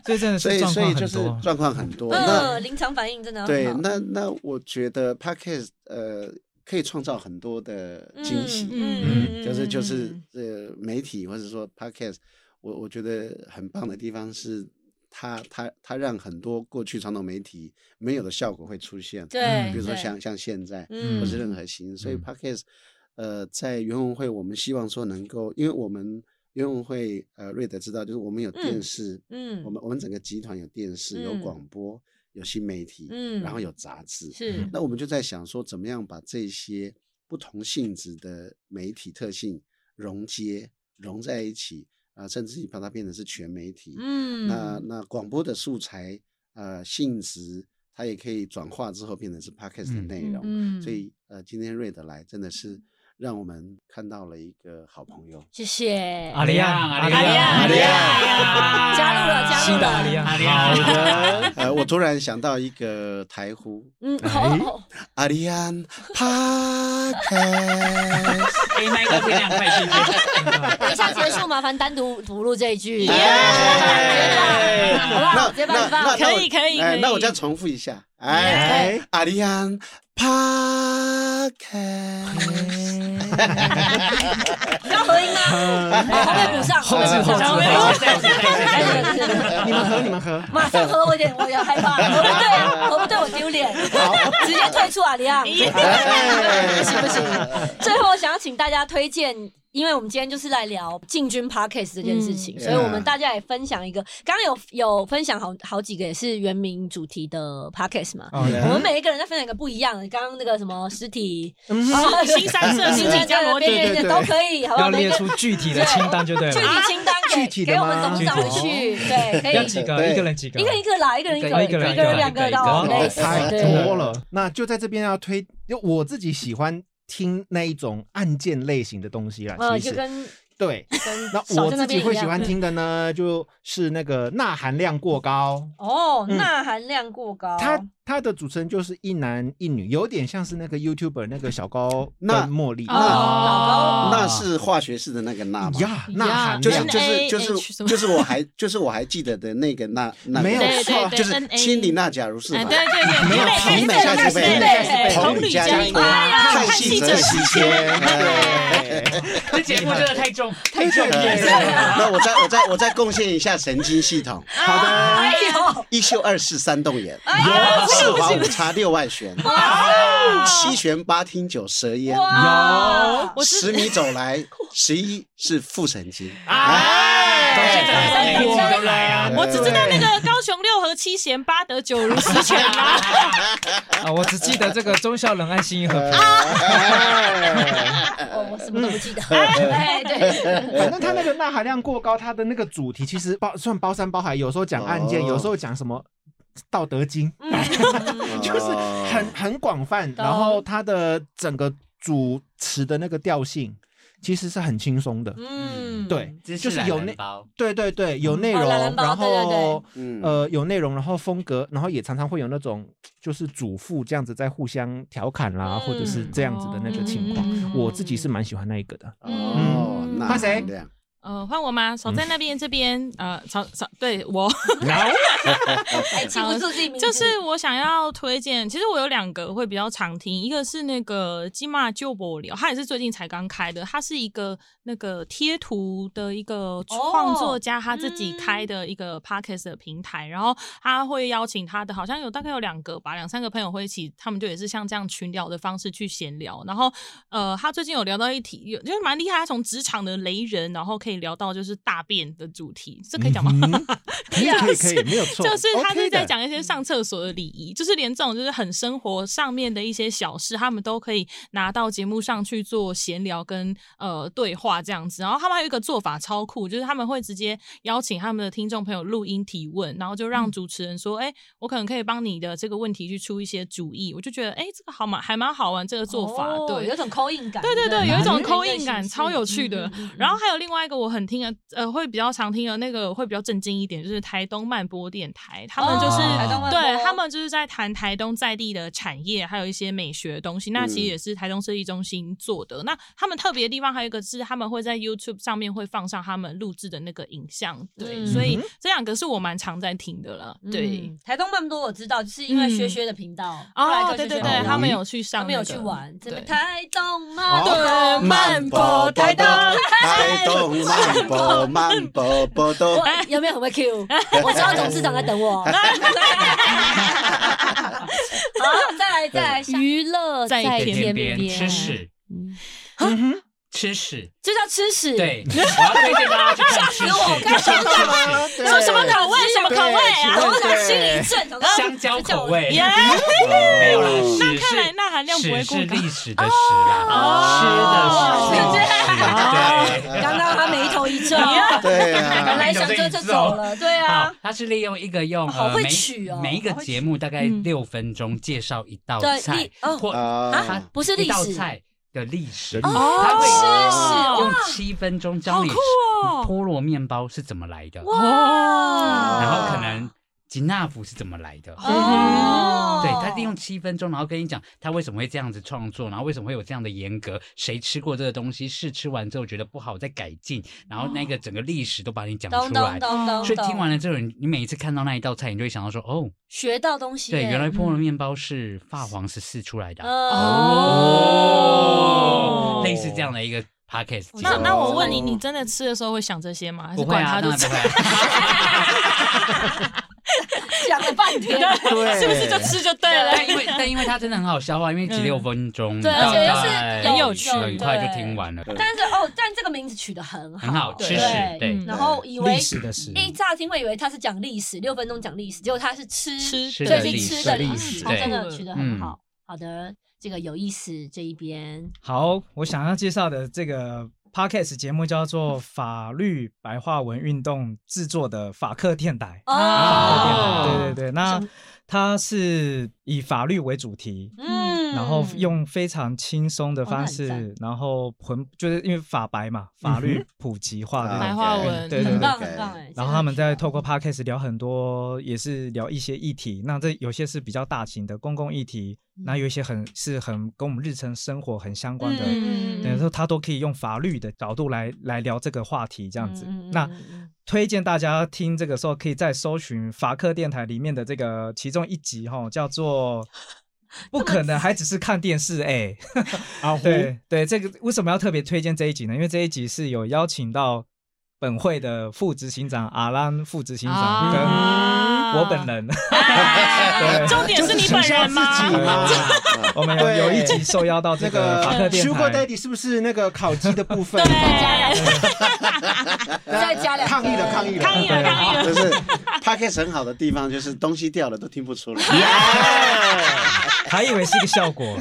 所以真的
所以
是状
所以
况
就
很
是
多。
状况很多。那
嗯，临场反应真的
对，那那我觉得 podcast 呃可以创造很多的惊喜，
嗯
就是就是呃媒体或者说 podcast，我我觉得很棒的地方是它它它让很多过去传统媒体没有的效果会出现，
对，
比如说像像现在，
嗯
或是任何形式。所以
嗯
podcast，呃，在园文会，我们希望说能够，因为我们园文会，呃，瑞德知道，就是我们有电
嗯
视，
嗯
我们我们整个集团有电视、有
嗯
广播、有新媒体，
嗯
然后有杂志。
是
那我们就在想说，怎么样把这些不同性质的媒体特性融接、融在一起啊、甚至于把它变成是全媒体。
嗯
那那广播的素材呃性质，它也可以转化之后变成是 podcast 的
嗯
内容。
嗯
所以呃，今天瑞德来真的是让我们看到了一个好朋 友。
谢谢
阿里亚，
阿
阿
里
里
亚
亚，
阿
阿
里
里
亚
亚，
加入了，加入
新的阿
了
里，亚，
阿里亚，
呃，我突然想到一个台呼，
嗯，好，
阿里 安 podcast，
哎，那个非常快进
等一下结束，麻烦单独补录这一句，
哎
好不好？
那
直接
那
帮你放
那，那我
可以可以
哎
可以
那我再重复一下，哎 哎，阿里安 podcast。
要合音吗？好后面补上，后面补上，
后面补上
哎对对对
你们喝，你们喝。
马上合，我有点我有点害怕，我不对，啊我不对，我丢脸，直接退出啊，李昂，不行
哎
不行。最后，我想要请大家推荐。因为我们今天就是来聊进军 podcast 这件事情，
嗯
所以我们
Yeah
大家也分享一个，刚刚有有分享好好几个也是原名主题的 podcast 嘛，
哦
我们每一个人在分享一个不一样的，刚刚那个什么实体、
嗯
啊
新三色、新
在
几加逻辑，
边缘
对对对
都可以，好不好？
要
每
列
个
出具体的清单就 对
具
了，
体清单
具
给
体
给
的
我们
吗
董事长回去，哦对，可
要
以
几个？
对
一个人几个？
一个一个来，一个人一个，
一个人
一个人两
一个人
个
一个
到
人
类似，
哎太
对，
多了。那就在这边要推，因为我自己喜欢听那一种案件类型的东西啦。
呃，
其
就
实
跟
对，
跟
那
少
我
在
自
那
己
边
会
一
喜
样
欢听的呢，就是那个钠含量过高。
哦，
嗯
钠含量过高，
他他的主持人就是一男一女，有点像是那个 YouTuber 那个小高跟
那
茉莉
哦
那是化学式的那个钠吗？
呀，钠
啊呀
含
就是
量
就
NaH
是就是就是我还就是我还记得的那个钠钠，
没有
对对
错，
对
就是
，NA
氢锂钠钾如是
哎，
嘛。
对对对，
没有
同
对
美加几倍，
对对
同
同
理
理
加
加
一
一
多，
多，
太
哎看
细
戏
则
者
细
稀
些。哎
这节目真的太重太重
对对
了。
那我再我再我再贡献一下神经系统，
好的，
哎呦，
一休二式三动眼，
呀
四滑五叉六外旋，七旋八听九舌咽，
哇，
我
十米走来，十一是副神经。
啊
哎，
哎
都来都来啊！
我只知道那个高雄六合七贤八得九如十全啦，
啊，我只记得这个忠孝仁爱信义和平。
哎
呃我我什么都不记得，哎，对，
反正他那个钠含量过高，他的那个主题其实包 算包山包海，有时候讲案件，
哦
有时候讲什么《道德经
嗯，》，
就是
哦
很很广泛。
懂
然后他的整个主持的那个调性其实是很轻松的，
嗯，
对，
知识
就是
懒
有
人
内
包
对对对有内容，
哦懒人包
然
对对
后
对
嗯
呃有内容，然后风格，然后也常常会有那种就是主妇这样子在互相调侃
嗯
啦，或者是这样子的那个情况，
嗯
我自己是蛮喜欢那一个 的。
哦，
嗯
那
换谁
很亮
呃，换我吗？守在那边这边，呃，曹曹，对我
哎，记不住自己名字，
就是我想要推荐，其实我有两个会比较常听，一个是那个金马旧博流，它也是最近才刚开的，它是一个那个贴图的一个创作家他自己开的一个 podcast 的平台，然后他会邀请他的好像有大概有两个吧，两三个朋友会一起，他们就也是像这样群聊的方式去闲聊，然后呃，他最近有聊到一题，有就是蛮厉害，他从职场的雷人，然后可以聊到就是大便的主题，这可以讲吗？
嗯可以可以可以，没有错，
就是他
OK
是
的嗯
在讲一些上厕所的礼仪，就是连这种就是很生活上面的一些小事，他们都可以拿到节目上去做闲聊跟呃对话这样子。然后他们还有一个做法超酷，就是他们会直接邀请他们的听众朋友录音提问，然后就
嗯
让主持人说：“哎、我可能可以帮你的这个问题去出一些主意。”我就觉得哎、这个好蛮还蛮好玩这个做法，
哦
对，
有种扣印感，
对对对，
不
有一种
嗯
扣
对
印感，
是
超
是
有趣的
嗯嗯嗯。
然后还有另外一个我很听的，呃，会比较常听的那个会比较震惊一点，就是台东慢播电台，他们就是
哦台东慢
对
播
他们就是在谈台东在地的产业，还有一些美学的东西。那其实
嗯
也是台东设计中心做的。那他们特别的地方还有一个是，他们会在 YouTube 上面会放上他们录制的那个影像。对，
嗯
所以这两个是我蛮常在听的了。对
嗯，，台东慢多我知道，就是因为薛薛的频道，布莱
哦，
克
对
薛
对
薛
对，
频道
他们有去上
他
那
们
个，
有去玩，这边
对
台东慢
对
多
慢播台东
台东慢波慢波波多
我，有没有很会 Q？我知道董事长在等我。好，再来再来，娱乐
在
在
天
天
边吃屎，
嗯哼
吃屎，
这叫吃屎。
对，我要推荐大家去看吃
吓死我
屎，
刚
就是
想讲
吃屎，
什么什么口味，什么口味啊？
我想心一震，想说
香蕉口味，
耶！
啊
没有啦，屎
那
是
看来钠含量不会
屎
过
是
高
历史的史
哦
啦，吃的屎，对。
刚刚他眉头一皱，
对
本
啊，
来想说就走了，对啊
好，，它是利用一个用
好
呃
会
每
取哦
每一个
好会
节目大概六分钟介绍一道
对
菜
历哦
或它
啊，
不是
一
历
道
史，
菜的历史，
哦
它
吃
会
屎
用七分钟教你
好酷哦
菠萝面包是怎么来的，
哇，
哦然后可能吉纳福是怎么来的，
哦，
嗯对他利用七分钟，然后跟你讲他为什么会这样子创作，然后为什么会有这样的严格，谁吃过这个东西，试吃完之后觉得不好再改进，然后那个整个历史都把你讲
哦懂
出
懂
来。
懂懂，
所以听
懂
完了之后，你你每一次看到那一道菜，你就会想到说，哦，
学到东西耶，
对，原来菠萝面包是发黄十四出来的啊，
哦，
类似这样的一个 podcast 节目。
那那我问 你，
哦
你真的吃的时候会想这些吗？还是
不会
管
啊，
他就
当然
吃
不？会。
讲了半天，
对，
是不是就吃就对了？
但因为但因为它真的很好消化，因为只六分钟，
对
到
而且又
大
是
概
很有趣
很快就
对
听完了。
但是哦，但这个名字取得很好，
很好
对
吃屎，对，
嗯
然后以为
历史的史，
一乍听会以为他是讲历史，六分钟讲历史，结果他是吃
吃
吃
对，
的
是
历
吃
史
的
历
历
史
哦
对
真的取得很
嗯
好。好的，这个有意思这一边，
好，我想要介绍的这个 podcast 节目叫做《法律白话文运动制作的法克电台》。
哦
啊
对对对，那它是以法律为主题，
嗯
然后用非常轻松的方
哦那很
式，然后很就是因为法白嘛，法律普及化
啊
这
白
种。
话文
对对
很
对
棒很棒哎。
然后他们在透过 podcast 聊很多，也是聊一些议题。那这有些是比较大型的公共议题，
嗯
那有一些很是很跟我们日常生活很相关的
嗯
等于说他都可以用法律的角度来来聊这个话题，这样子。
嗯嗯嗯
那
嗯嗯
推荐大家听这个时候，可以再搜寻法克电台里面的这个其中一集哈、叫做。不可能，还只是看电视哎、
啊呼
对对，这个为什么要特别推荐这一集呢？因为这一集是有邀请到本会的副执行长阿兰副执行长跟
啊
我本。人，
哎
对
重点是你本人
就是形
吗
象自？己嘛
我们
对
有有一集受邀到这
那
个
个
法克电
Sugar
台，
Daddy 是不是那个烤鸡的部 分？
对，
再加两
抗议了，抗议了，
抗议了，抗议了。
就是 podcast 很好的地方，就是东西掉了都听不出来。
还以为是一个效果。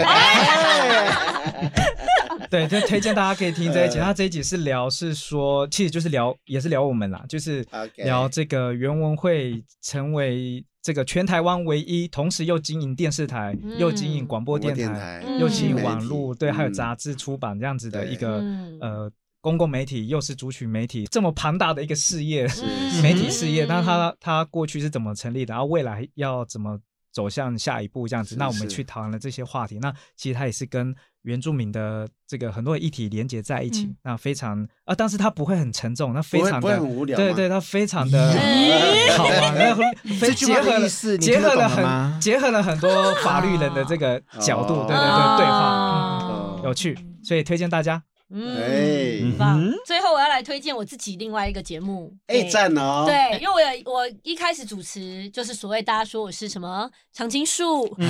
对，就推荐大家可以听这一集。他这一集是聊，是说，其实就是聊，也是聊我们啦，就是
OK
聊这个袁文会成为这个全台湾唯一，同时又经营电视台，又经营广播电
电
台，
台
嗯
又经营
媒
网
体
络，对，还有
嗯
杂志出版这样子的一个
嗯
呃公共媒体，又是族群媒体，这么庞大的一个事业，
嗯
媒体事业。
嗯
那他他过去是怎么成立的，然后未来要怎么走向下一步这样子？
是
那我们
是
去讨论了这些话题。那其实他也是跟原住民的这个很多议题连接在一起，
嗯
那非常啊，但是他不会很沉重，那非
不会
常的
不会很无聊吗
对对，他非常的 好玩，然后非
这句
结
话
合
的
了
意思你
结
听得
合了
懂了吗
很结合了很多法律人的这个角度，对对对，对话、嗯、有趣，所以推荐大家。
嗯，
哎
棒。最后我要来推荐我自己另外一个节目，
哎，赞哦！
对，因为我有我一开始主持就是所谓大家说我是什么常青树，
嗯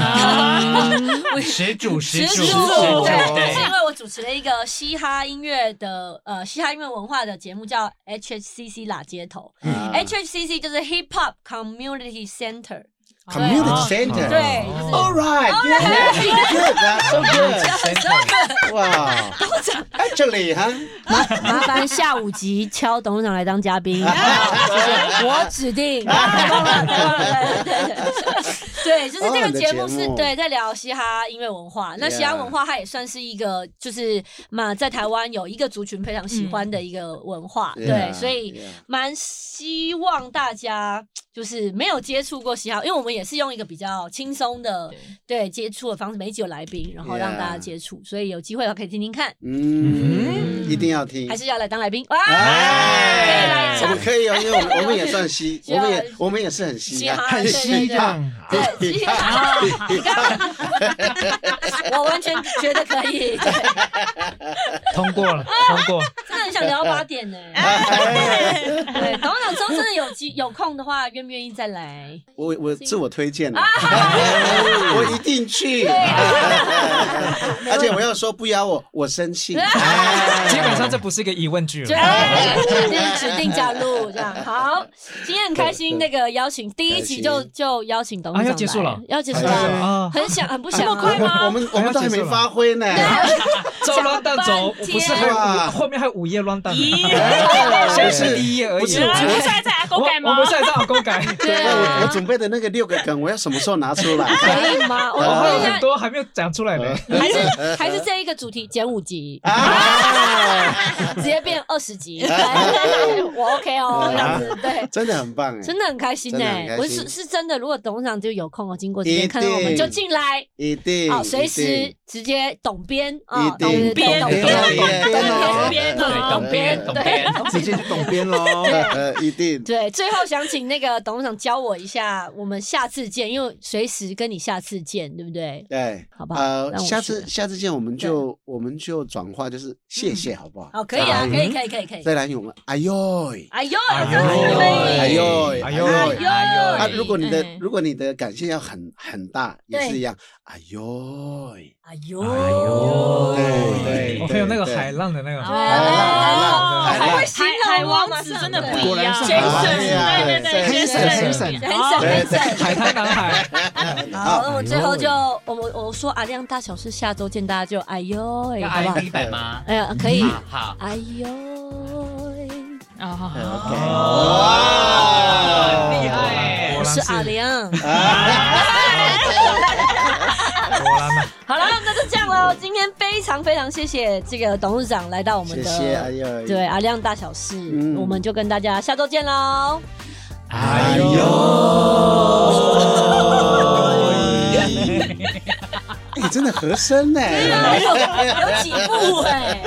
始祖始祖
主，对，但是因为我主持了一个嘻哈音乐的呃嘻哈音乐文化的节目叫 HHCC 啦街头、
啊
h h c c 就是 Hip Hop Community Center，
哦
community
哦
center，
对，就是
All right, yeah, good, that's so good. 哇，Actually，哈，
麻烦下五集敲董事长来当嘉宾，谢谢，我指定。对对对，就是这个节目是对在聊嘻哈音乐文化。那嘻哈文化它也算是一个，就是嘛，在台湾有一个族群非常喜欢的一个文化，对，所以蛮希望大家就是没有接触过嘻哈，因为我们也是用一个比较轻松的对接触的方式，每一集有来宾，然后让大家接触，所以有机会的话可以听听看。
嗯，一定要听
还。是要来当来宾哇！可
哎，
以来
我
唱
们可以哦，因为我们我们也 算西，
需
我
要
们也我们也是很西
嘻哈，
啊。
很
对
西
对
藏，
对，嘻哈，你刚刚我完全觉得可以，对
通过了，通过。
真的很想聊到八点呢。对，董事长之后真的有机有空的话，愿不愿意再来？
我我自我推荐
啊
的，哎我一定去。 而且我要说不邀我，我 生气。哎
基本上这不是一个疑问句
对
了。，
指定哎指定加入这样。好，今天很开心，那个邀请第一集就就邀请董事长
啊
来
要结束了
要结束
哎
了，
啊，
很想很不想啊，
我我们我们都还没发挥呢。
哎
走乱蛋
下
走
半，天
不是还有
哇
五后面还有午夜乱蛋呢，
哎
现在是第一页而
不
已
是。
我们下一次还
我
公改
我
吗
们？现在在公改，
对
我我
啊，
准备的那个六个梗，我要什么时候拿 出
可
来？
以吗？我
我还有
们现在
很多还没有讲出来呢。
还是还是这一个主题减五集，
啊！
直接变二十 集， 对我 OK 哦，这样子对。
真的很棒哎，
真的很开心
啊真的
哎、
很开
我
心
是是真的，如果董事长就有空哦，经过这
一
边看到我们
定
就进来，
一定
哦，随
一
时
定
直接董编啊，
一
对
定
对对
懂
董编，
懂编哦
懂
编懂
对，
懂
懂编，懂编。
直接去董编
哦
喽。
呃 呃一定
对，最后想请那个董事长教我一下，我们下次见，因为随时跟你下次见，对不对？
对。
好不好？
呃，
让我
下
去
次下次见，我们就我们就转化，就是谢谢，好不好？
嗯好，可以
嗯
啊，可以，可以，可以，可以。
再来我们哎呦，
哎呦，
哎
真
呦
哎
美！
呦，
哎
哎
呦
呦，
哎
啊，
呦
如果你的
哎
如果你的感谢要很很大，也是一样，哎呦，
哎呦，
呦
对对
我还有那个海浪的那个，
哎呦，好会形容啊
海王子真的不一
哎
样
呀
，Jason，对对对
对
，Jason，
，Jason，
Jason
很省，很省。
海滩男孩，
好，那我最后就我我我说阿亮大小事，下周见，大家就哎呦哎，
要
好不好
I？B 版吗？
哎呀，可以，
嗯
啊好，
哎呦
啊，好好好
OK，
哦
哇
哇
厉害
我是阿亮。
啊
果然呐，
好了，那就这样喽。今天非常非常谢谢这个董事长来到我们
谢
的，
谢，哎呦，
对，阿亮大小事，
嗯
我们就跟大家下周见喽。
哎哦呦，
啊
哎，真的合身呢。
有有几步哎、